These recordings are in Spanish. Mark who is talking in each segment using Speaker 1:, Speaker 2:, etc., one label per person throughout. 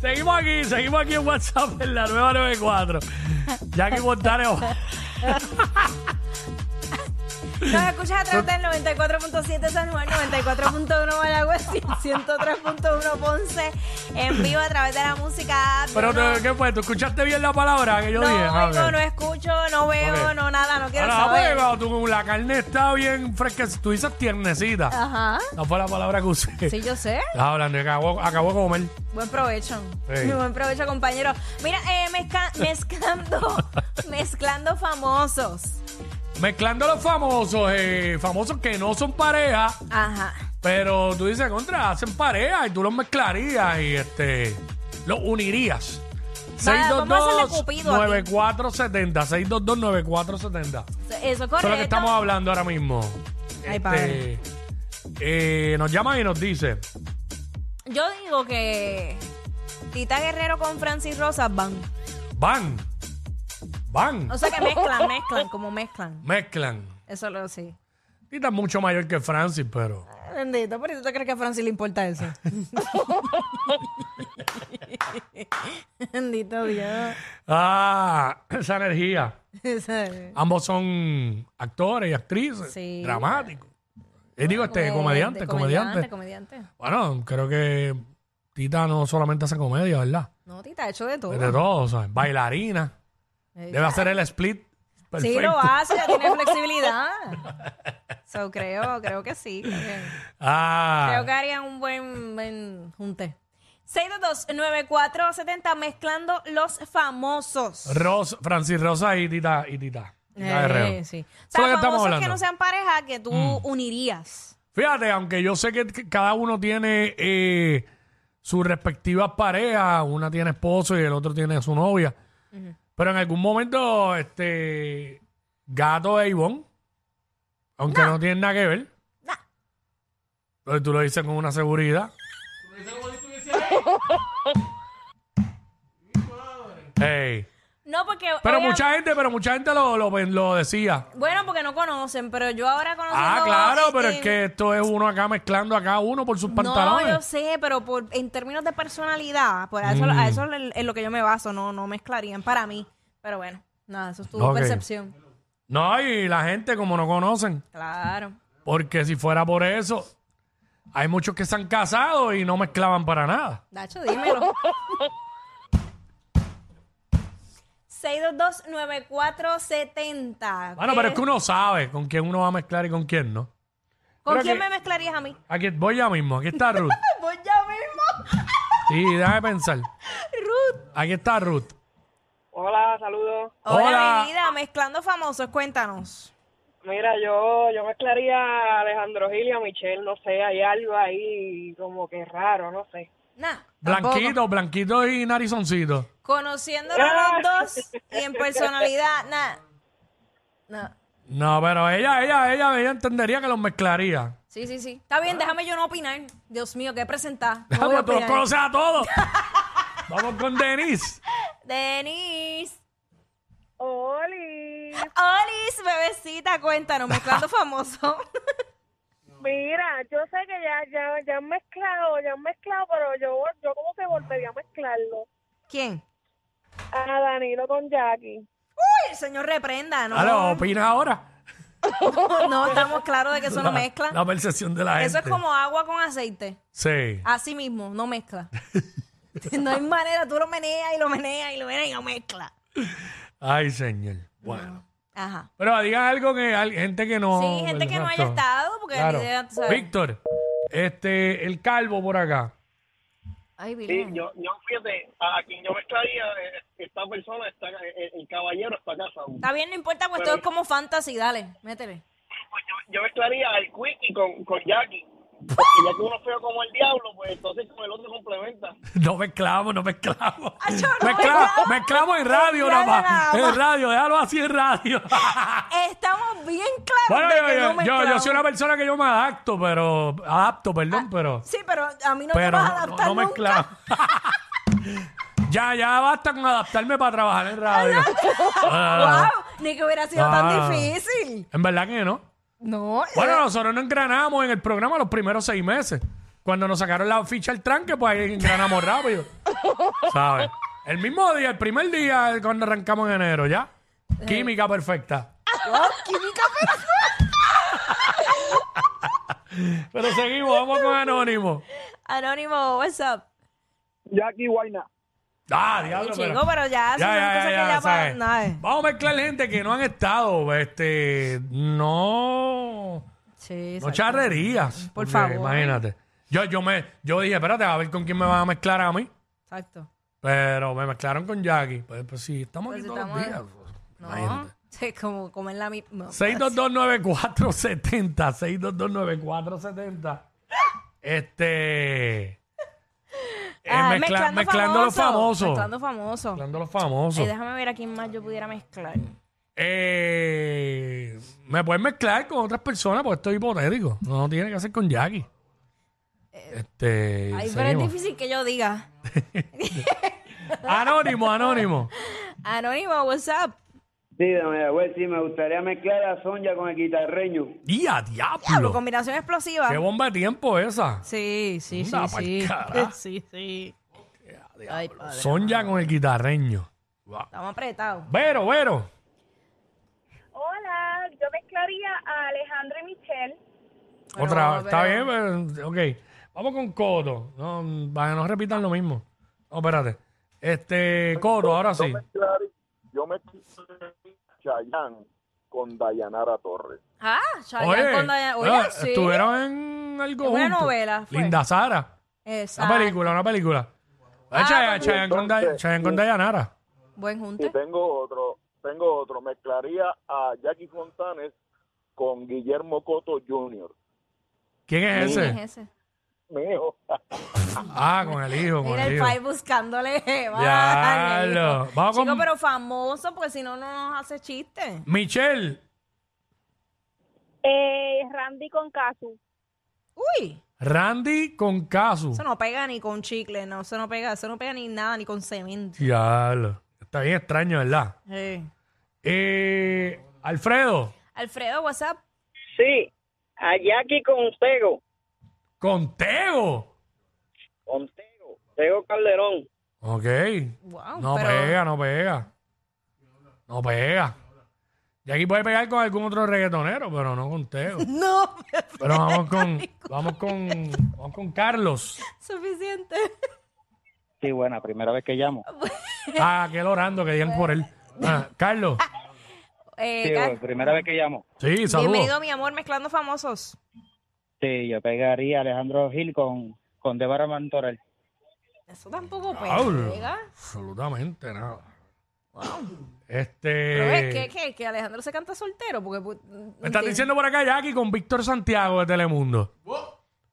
Speaker 1: seguimos aquí, seguimos aquí en WhatsApp en la 994. Jackie Montaño.
Speaker 2: Nos escuchas a través del 94.7 San Juan, 94.1 Managüez y 103.1 Ponce. En vivo a través de la música. app.
Speaker 1: Pero,
Speaker 2: Yo no,
Speaker 1: te- ¿qué fue? ¿Tú escuchaste bien la palabra que yo
Speaker 2: no
Speaker 1: dije? A
Speaker 2: oigo,
Speaker 1: ver.
Speaker 2: no escucho, no veo,
Speaker 1: Ok.
Speaker 2: no nada, no quiero
Speaker 1: Ahora, ah, porque
Speaker 2: saber.
Speaker 1: cuando tú- la carne está bien fresca, tú dices tiernecita.
Speaker 2: Ajá.
Speaker 1: No fue la palabra que usé.
Speaker 2: Ah. Sí, yo sé.
Speaker 1: Estaba hablando, y acabó, acabó de comer.
Speaker 2: Buen provecho.
Speaker 1: Sí.
Speaker 2: Buen provecho, compañero. Mira, eh, mezca- mezclando, mezclando famosos.
Speaker 1: Mezclando los famosos, eh, famosos que no son pareja,
Speaker 2: Ajá.
Speaker 1: pero tú dices, contra, hacen pareja y tú los mezclarías y este los unirías.
Speaker 2: Nada, vamos a hacerle cupido aquí.
Speaker 1: 622-9470, 622-9470.
Speaker 2: Eso- Eso es
Speaker 1: Eso es lo que
Speaker 2: correcto.
Speaker 1: estamos hablando ahora mismo. Este,
Speaker 2: Ay, padre.
Speaker 1: eh, nos llama y nos dice,
Speaker 2: Yo digo que Tita Guerrero con Francis Rosas van.
Speaker 1: van, van,
Speaker 2: O sea que mezclan, mezclan, como mezclan.
Speaker 1: mezclan.
Speaker 2: Eso lo sí.
Speaker 1: Tita es mucho mayor que Francis, pero...
Speaker 2: Bendito, pero ¿tú crees que a Francis le importa eso? Bendito Dios.
Speaker 1: Ah, esa energía.
Speaker 2: Ese-
Speaker 1: Ambos son actores y actrices.
Speaker 2: Sí.
Speaker 1: Dramáticos. Eh, digo, este, comediante,
Speaker 2: Comediante,
Speaker 1: comediante.
Speaker 2: comediante.
Speaker 1: Bueno, creo que Tita no solamente hace comedia, ¿verdad?
Speaker 2: No, Tita, ha hecho de todo.
Speaker 1: Es de todo, ¿sabes? Bailarina.
Speaker 2: Eh,
Speaker 1: Debe hacer el split. Perfecto.
Speaker 2: Sí, lo hace, ya tiene flexibilidad. So, creo, creo que sí. creo que- Creo
Speaker 1: Ah,
Speaker 2: que harían un buen, buen junte. 622-9470, mezclando los famosos.
Speaker 1: Ros- Francis Rosa y Tita. Y Tita. Tita Guerrero.
Speaker 2: Eh, sí. O
Speaker 1: Eso es
Speaker 2: sea,
Speaker 1: lo que estamos
Speaker 2: famosos que
Speaker 1: hablando. Mm.
Speaker 2: no sean pareja que tú unirías.
Speaker 1: Fíjate, aunque yo sé que que cada uno tiene eh, sus respectivas parejas, una tiene esposo y el otro tiene su novia. Pero en algún momento, este Gato e Ivonne, aunque no tienen nada que ver,
Speaker 2: Nah.
Speaker 1: pero tú lo dices con una seguridad. Ey.
Speaker 2: No, porque.
Speaker 1: Pero
Speaker 2: oigan,
Speaker 1: mucha gente, pero mucha gente lo, lo, lo decía.
Speaker 2: Bueno, porque no conocen, pero yo ahora conozco.
Speaker 1: Ah, claro, pero es que esto es uno acá mezclando acá uno por sus pantalones.
Speaker 2: No, yo sé, pero por, en términos de personalidad, por a eso,
Speaker 1: Mm.
Speaker 2: a eso es en lo que yo me baso, no, no mezclarían para mí. Pero bueno, nada, eso es tu
Speaker 1: Ok.
Speaker 2: percepción.
Speaker 1: No, y la gente como no conocen,
Speaker 2: Claro.
Speaker 1: porque si fuera por eso, hay muchos que se han casado y no mezclaban para nada.
Speaker 2: Dacho, dímelo. 622-9470.
Speaker 1: Bueno, pero es que uno sabe con quién uno va a mezclar y con quién no.
Speaker 2: ¿Con
Speaker 1: creo
Speaker 2: quién
Speaker 1: que-
Speaker 2: me mezclarías a mí?
Speaker 1: Aquí voy ya mismo, aquí está Ruth.
Speaker 2: Pues ya mismo.
Speaker 1: Sí, déjame pensar.
Speaker 2: Ruth.
Speaker 1: Aquí está Ruth.
Speaker 3: Hola, saludos.
Speaker 2: Hola,
Speaker 1: Hola.
Speaker 2: mi vida, mezclando famosos, cuéntanos.
Speaker 3: Mira, yo, yo mezclaría a Alejandro Gil y a Michelle, no sé, hay algo ahí como que raro, no sé.
Speaker 2: Nah, tampoco.
Speaker 1: Blanquito, blanquito y narizoncito.
Speaker 2: Conociéndonos
Speaker 3: Ah.
Speaker 2: los dos y en personalidad, nada. Nah.
Speaker 1: No, pero ella, ella, ella, ella entendería que los mezclaría.
Speaker 2: Sí, sí, sí. Está bien, déjame yo no opinar. Dios mío, qué presentar. No voy a
Speaker 1: Vamos, tú los
Speaker 2: opinar.
Speaker 1: conoces a todos. Vamos con Denise.
Speaker 2: Denise.
Speaker 3: Oli,
Speaker 2: Olis, bebecita, cuéntanos, mezclando famoso.
Speaker 3: mira, yo sé que ya, ya, ya han mezclado, ya han mezclado, pero yo, yo como que volvería a mezclarlo.
Speaker 2: ¿Quién?
Speaker 3: A Danilo con Jackie.
Speaker 2: Uy, el señor reprenda, ¿no?
Speaker 1: Ahora, opina ahora.
Speaker 2: No estamos claros de que eso no mezcla.
Speaker 1: La percepción de la gente.
Speaker 2: Eso es como agua con aceite.
Speaker 1: Sí.
Speaker 2: Así mismo, no mezcla. No hay manera, tú lo meneas y lo meneas y lo meneas y no mezcla.
Speaker 1: Ay, señor. Bueno.
Speaker 2: Ajá.
Speaker 1: Pero digan algo que hay gente que no.
Speaker 2: Sí, gente que no haya
Speaker 1: Exacto.
Speaker 2: estado, porque
Speaker 1: Claro.
Speaker 2: la idea, tú sabes.
Speaker 1: Víctor, este, el calvo por acá.
Speaker 2: Ay,
Speaker 4: Sí,
Speaker 2: Virgen.
Speaker 4: yo, yo fíjate, a quien yo mezclaría, eh, esta persona, está, el, el caballero está casado.
Speaker 2: Está bien, no importa, pues todo es como fantasy, dale, métele.
Speaker 4: Pues Yo, yo mezclaría al Quickie con, con Jackie. Porque ya que uno es feo como el diablo, pues entonces con el otro complementa.
Speaker 1: No mezclamos, no mezclamos.
Speaker 2: Ay, Ah, yo no
Speaker 1: Mezcla-
Speaker 2: mezclamo.
Speaker 1: mezclamos en radio
Speaker 2: Mezclamos
Speaker 1: nada más.
Speaker 2: nada más.
Speaker 1: En radio, déjalo así en radio.
Speaker 2: Estamos bien
Speaker 1: bueno,
Speaker 2: claros de
Speaker 1: yo, yo-
Speaker 2: que no
Speaker 1: yo- yo
Speaker 2: mezclamos. Ah,
Speaker 1: soy una persona que yo me adapto, pero. Adapto, perdón, pero.
Speaker 2: Sí, pero a mí no me
Speaker 1: pero
Speaker 2: vas a
Speaker 1: no-
Speaker 2: adaptar
Speaker 1: no,
Speaker 2: nunca.
Speaker 1: mezclamos. ya, ya basta con adaptarme para trabajar en radio. Ah,
Speaker 2: Wow, ni que hubiera sido
Speaker 1: Ah.
Speaker 2: tan difícil.
Speaker 1: En verdad que no.
Speaker 2: No. eh,
Speaker 1: Bueno, nosotros no engranamos en el programa los primeros seis meses. Cuando nos sacaron la ficha al tranque, pues ahí engranamos rápido. ¿Sabes? El mismo día, el primer día cuando arrancamos en enero, ¿ya? Química perfecta.
Speaker 2: Oh,
Speaker 1: Pero seguimos, vamos con Anónimo.
Speaker 2: Anónimo, what's up?
Speaker 4: Jackie Guayna.
Speaker 1: Ah, diablo,
Speaker 2: Chico, pero,
Speaker 1: Ya,
Speaker 2: ya, son
Speaker 1: ya,
Speaker 2: cosas
Speaker 1: ya,
Speaker 2: que ya
Speaker 1: ¿sabes?
Speaker 2: pasan. nada.
Speaker 1: Vamos a mezclar gente que no han estado, este, no,
Speaker 2: Sí,
Speaker 1: no
Speaker 2: exacto.
Speaker 1: charrerías.
Speaker 2: Por
Speaker 1: porque
Speaker 2: favor.
Speaker 1: Imagínate. Yo, yo me, yo dije, espérate, a ver con quién me van a mezclar a mí.
Speaker 2: Exacto.
Speaker 1: Pero me mezclaron con Jackie. Pues, pues sí, estamos
Speaker 2: Pues
Speaker 1: aquí
Speaker 2: si
Speaker 1: todos los días.
Speaker 2: estamos- No, sí, como comer la misma.
Speaker 1: eh, 6229470. 6229470. Este. eh,
Speaker 2: Ah,
Speaker 1: mezcla- mezclando los famosos.
Speaker 2: Mezclando famosos.
Speaker 1: Mezclando los
Speaker 2: Ay,
Speaker 1: famosos.
Speaker 2: déjame ver a quién más yo pudiera mezclar.
Speaker 1: Eh, me puedes mezclar con otras personas porque esto es hipotético. No tiene que ser con Jackie. Este.
Speaker 2: Eh, Ay, pero es
Speaker 1: seguimos.
Speaker 2: difícil que yo diga.
Speaker 1: Anónimo, anónimo.
Speaker 2: Anónimo, what's up?
Speaker 5: Sí, dame, güey, sí, me gustaría mezclar a Sonja con el guitarreño.
Speaker 1: ¡Y a
Speaker 2: Diablo,
Speaker 1: diablo!
Speaker 2: combinación explosiva.
Speaker 1: ¡Qué bomba de tiempo esa!
Speaker 2: Sí, sí, sí,
Speaker 1: Anda pa'l
Speaker 2: sí.
Speaker 1: cara.
Speaker 2: Sí, sí. Ay, padre.
Speaker 1: Son ya con el guitarreño.
Speaker 2: Estamos apretados.
Speaker 1: Vero, Vero.
Speaker 3: Hola, Ah, yo mezclaría a Alejandro y Michelle.
Speaker 2: Bueno,
Speaker 1: Otra vez. Está
Speaker 2: pero-
Speaker 1: bien, pero, ok. Vamos con Coto. No, mm, para que no repitan lo mismo. No, espérate. Este, Coto, ahora sí.
Speaker 4: Yo me Chayán con Dayanara Torres.
Speaker 2: Ah, Chayanne con Dayan. Oye,
Speaker 1: ah,
Speaker 2: sí.
Speaker 1: estuvieron en algo
Speaker 2: En una
Speaker 1: juntos.
Speaker 2: novela, fue.
Speaker 1: Linda Sara.
Speaker 2: Exacto.
Speaker 1: Una película, una película. Ah,
Speaker 2: Ah,
Speaker 1: Chayanne-
Speaker 2: pues-
Speaker 1: Chayanne con Da-
Speaker 4: Entonces,
Speaker 1: Chayanne con Dayanara.
Speaker 2: Buen
Speaker 4: Y
Speaker 2: junte.
Speaker 4: tengo otro, tengo otro. Mezclaría a Jackie Fontanes con Guillermo Coto Jr.
Speaker 1: ¿Quién es
Speaker 2: ¿Quién
Speaker 1: ese?
Speaker 2: es ese?
Speaker 4: Mi hijo.
Speaker 1: Ah, con el hijo, con
Speaker 2: Mira
Speaker 1: el
Speaker 2: el
Speaker 1: hijo.
Speaker 2: país buscándole.
Speaker 1: Ya, lo- vamos
Speaker 2: Chico,
Speaker 1: con-
Speaker 2: pero famoso, porque si no, no nos hace chiste.
Speaker 1: Michelle,
Speaker 3: Eh, Randy con Casu.
Speaker 2: Uy,
Speaker 1: Randy con Casu.
Speaker 2: eso no pega ni con chicle, no, eso no pega, eso no pega ni nada, ni con cemento.
Speaker 1: Diablo. Está bien extraño, ¿verdad?
Speaker 2: Eh.
Speaker 1: Eh, Alfredo,
Speaker 2: Alfredo, WhatsApp.
Speaker 6: Sí, a Jackie con Tego,
Speaker 1: con Teo.
Speaker 6: con Tego, Tego Calderón.
Speaker 1: Ok.
Speaker 2: Wow,
Speaker 1: no
Speaker 2: pero-
Speaker 1: pega, no pega. No pega. Y aquí puede pegar con algún otro reggaetonero, pero no con Teo.
Speaker 2: No,
Speaker 1: Pero vamos con, vamos con, vamos con Carlos.
Speaker 2: suficiente.
Speaker 7: Sí, buena, primera vez que llamo.
Speaker 1: Ah, aquel orando que digan por él. Ah, Carlos,
Speaker 2: Eh,
Speaker 7: Sí,
Speaker 2: Car-
Speaker 7: bueno, primera vez que llamo.
Speaker 1: sí,
Speaker 2: Bienvenido,
Speaker 1: saludos.
Speaker 2: mi amor, mezclando famosos.
Speaker 7: Sí, yo pegaría a Alejandro Gil con, con Débora Mantorel.
Speaker 2: Eso tampoco pega.
Speaker 1: Pablo.
Speaker 2: pega.
Speaker 1: Absolutamente nada.
Speaker 2: Pero es que,
Speaker 1: Este.
Speaker 2: que, que Alejandro se canta soltero, porque... pues, no
Speaker 1: Me están
Speaker 2: entiendo.
Speaker 1: diciendo por acá Jackie con Víctor Santiago de Telemundo.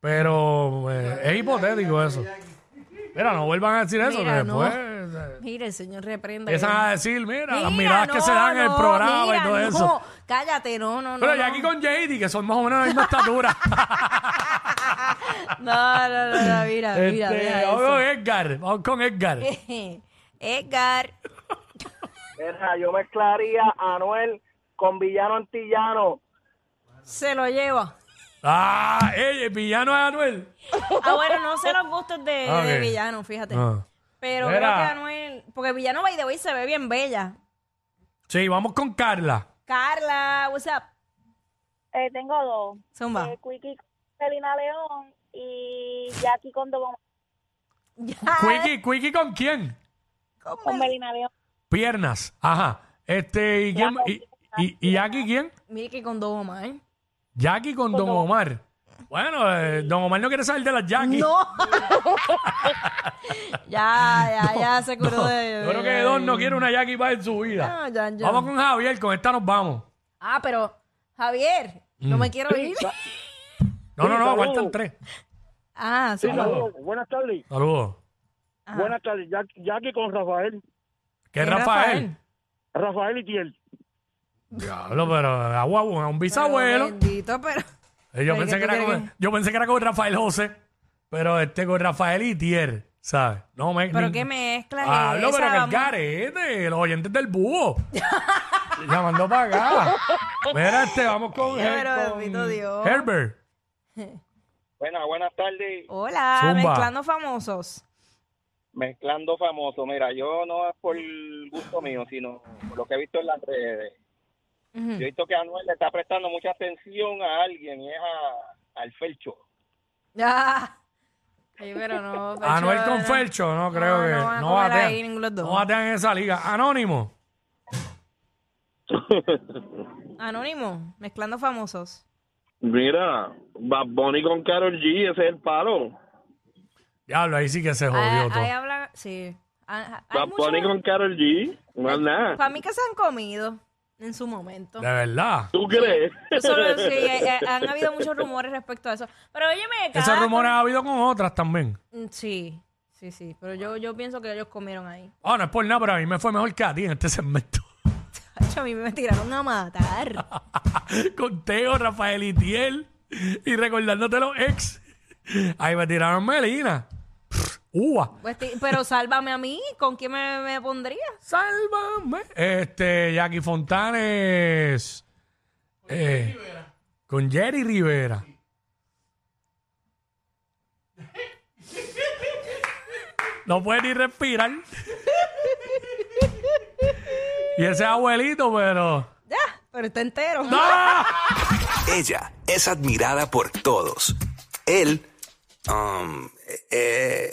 Speaker 1: Pero eh, es hipotético eso. Mira, no vuelvan a decir eso,
Speaker 2: Mira,
Speaker 1: que
Speaker 2: no.
Speaker 1: después eh,
Speaker 2: Mire, el señor reprenda.
Speaker 1: empiezan a
Speaker 2: que-
Speaker 1: decir, mira, las
Speaker 2: Mira,
Speaker 1: miradas que se dan en el
Speaker 2: no,
Speaker 1: programa
Speaker 2: mira,
Speaker 1: y todo
Speaker 2: no,
Speaker 1: eso.
Speaker 2: Cállate, no, no, no.
Speaker 1: Pero
Speaker 2: no.
Speaker 1: Jackie con JD, que son más o menos de la misma estatura.
Speaker 2: No, no, no, no, mira, mira,
Speaker 1: Este,
Speaker 2: deja
Speaker 1: vamos con
Speaker 2: eso. Eh.
Speaker 1: Edgar, vamos con Edgar.
Speaker 2: Edgar.
Speaker 4: Mira, yo mezclaría a Anuel con Villano Antillano.
Speaker 2: Se lo lleva.
Speaker 1: Ah, ella, el villano es Anuel.
Speaker 2: Ah, bueno, no sé los gustos de,
Speaker 1: Ah,
Speaker 2: de
Speaker 1: ok.
Speaker 2: Villano, fíjate.
Speaker 1: Ah.
Speaker 2: Pero
Speaker 1: Mira.
Speaker 2: creo que Anuel. Porque Villano by the way se ve bien bella.
Speaker 1: Sí, vamos con Carla.
Speaker 2: Carla, what's up?
Speaker 3: Eh, tengo dos.
Speaker 2: Zumba.
Speaker 3: Eh, Quickie con Selena León y Jackie con, Don-
Speaker 2: Ya,
Speaker 1: Quickie, Quickie con quién?
Speaker 3: con Melina León.
Speaker 1: Piernas. Ajá. Este, ¿y quién? ¿Y, y, y Jackie quién?
Speaker 2: Mire que con dos más. ¿eh?
Speaker 1: Jackie con Don Omar. Bueno, eh, Don Omar no quiere salir de las Jackie.
Speaker 2: No. ya, ya, ya se curó de.
Speaker 1: Yo creo que Don no quiere una Jackie para en su vida.
Speaker 2: No, Ah, ya, ya.
Speaker 1: Vamos con Javier, con esta nos vamos.
Speaker 2: Ah, pero Javier, no
Speaker 1: Mm.
Speaker 2: me quiero ir.
Speaker 1: No, no, no,
Speaker 4: saludos.
Speaker 1: faltan tres.
Speaker 2: Ah, sí.
Speaker 1: Saludos.
Speaker 4: Buenas tardes.
Speaker 1: Saludos.
Speaker 2: Ajá.
Speaker 4: Buenas tardes. Jackie, Jackie con Rafael.
Speaker 1: ¿Qué es
Speaker 2: ¿Quién es
Speaker 1: Rafael?
Speaker 4: Rafael Itiel.
Speaker 1: Diablo, pero agua, un bisabuelo.
Speaker 2: Bendito, pero.
Speaker 1: Eh, Yo
Speaker 2: Pero
Speaker 1: pensé,
Speaker 2: que
Speaker 1: que
Speaker 2: tú
Speaker 1: era
Speaker 2: quieres
Speaker 1: con, yo pensé que era con Rafael José, pero este con Rafael Itier, ¿sabes? No me.
Speaker 2: Pero
Speaker 1: ni-
Speaker 2: qué mezcla es
Speaker 1: Hablo,
Speaker 2: esa,
Speaker 1: pero que el
Speaker 2: vamos.
Speaker 1: carete, los oyentes del búho. Llamando para acá. Mira, este, vamos con,
Speaker 2: Ya, pero
Speaker 1: con
Speaker 2: bendito Dios.
Speaker 1: Herbert.
Speaker 5: Buena, buenas tardes.
Speaker 2: Hola,
Speaker 1: Zumba.
Speaker 2: mezclando famosos.
Speaker 6: Mezclando famoso, mira, yo no es por gusto mío, sino por lo que he visto en las redes.
Speaker 2: Ujú.
Speaker 6: Yo he visto que Anuel le está prestando mucha atención a alguien y es a, al Felcho.
Speaker 2: Ah. Sí, pero no. Felcho,
Speaker 1: Anuel con
Speaker 2: no.
Speaker 1: Felcho, no creo
Speaker 2: no
Speaker 1: que.
Speaker 2: van a
Speaker 1: No
Speaker 2: comer
Speaker 1: batean.
Speaker 2: ahí ninguno de los dos.
Speaker 1: No batean en esa liga. Anónimo.
Speaker 2: Anónimo, mezclando famosos.
Speaker 4: Mira, Bad Bunny con Carol G, ese es el palo.
Speaker 1: Diablo, ahí sí que se jodió
Speaker 2: Ahí-
Speaker 1: todo.
Speaker 2: ahí habla. Sí. Ah, Hay,
Speaker 4: Bad Bunny con Carol G, más nada.
Speaker 2: Para mí que se han comido en su momento.
Speaker 1: De verdad.
Speaker 4: ¿Tú crees?
Speaker 2: Yo solo sí, eh, eh, han habido muchos rumores respecto a eso. Pero óyeme, cada
Speaker 1: Esos rumores ha habido con otras también.
Speaker 2: Mm, Sí, sí, sí. Pero yo, yo pienso que ellos comieron ahí.
Speaker 1: Ah, no es por nada, pero a mí me fue mejor que a ti en este segmento.
Speaker 2: Chacho, a mí me tiraron a matar.
Speaker 1: con Teo, Rafael y Tiel. Y recordándote los ex. Ahí me tiraron Melina. Pff, Uva.
Speaker 2: Pues ti- pero sálvame a mí, ¿con quién me, me pondría?
Speaker 1: Sálvame. Este, Jackie Fontanes. eh, Con Jerry Rivera. No puede ni respirar. Y ese abuelito, pero.
Speaker 2: Ya, pero está entero.
Speaker 8: Ella es admirada por todos. Él, um, eh,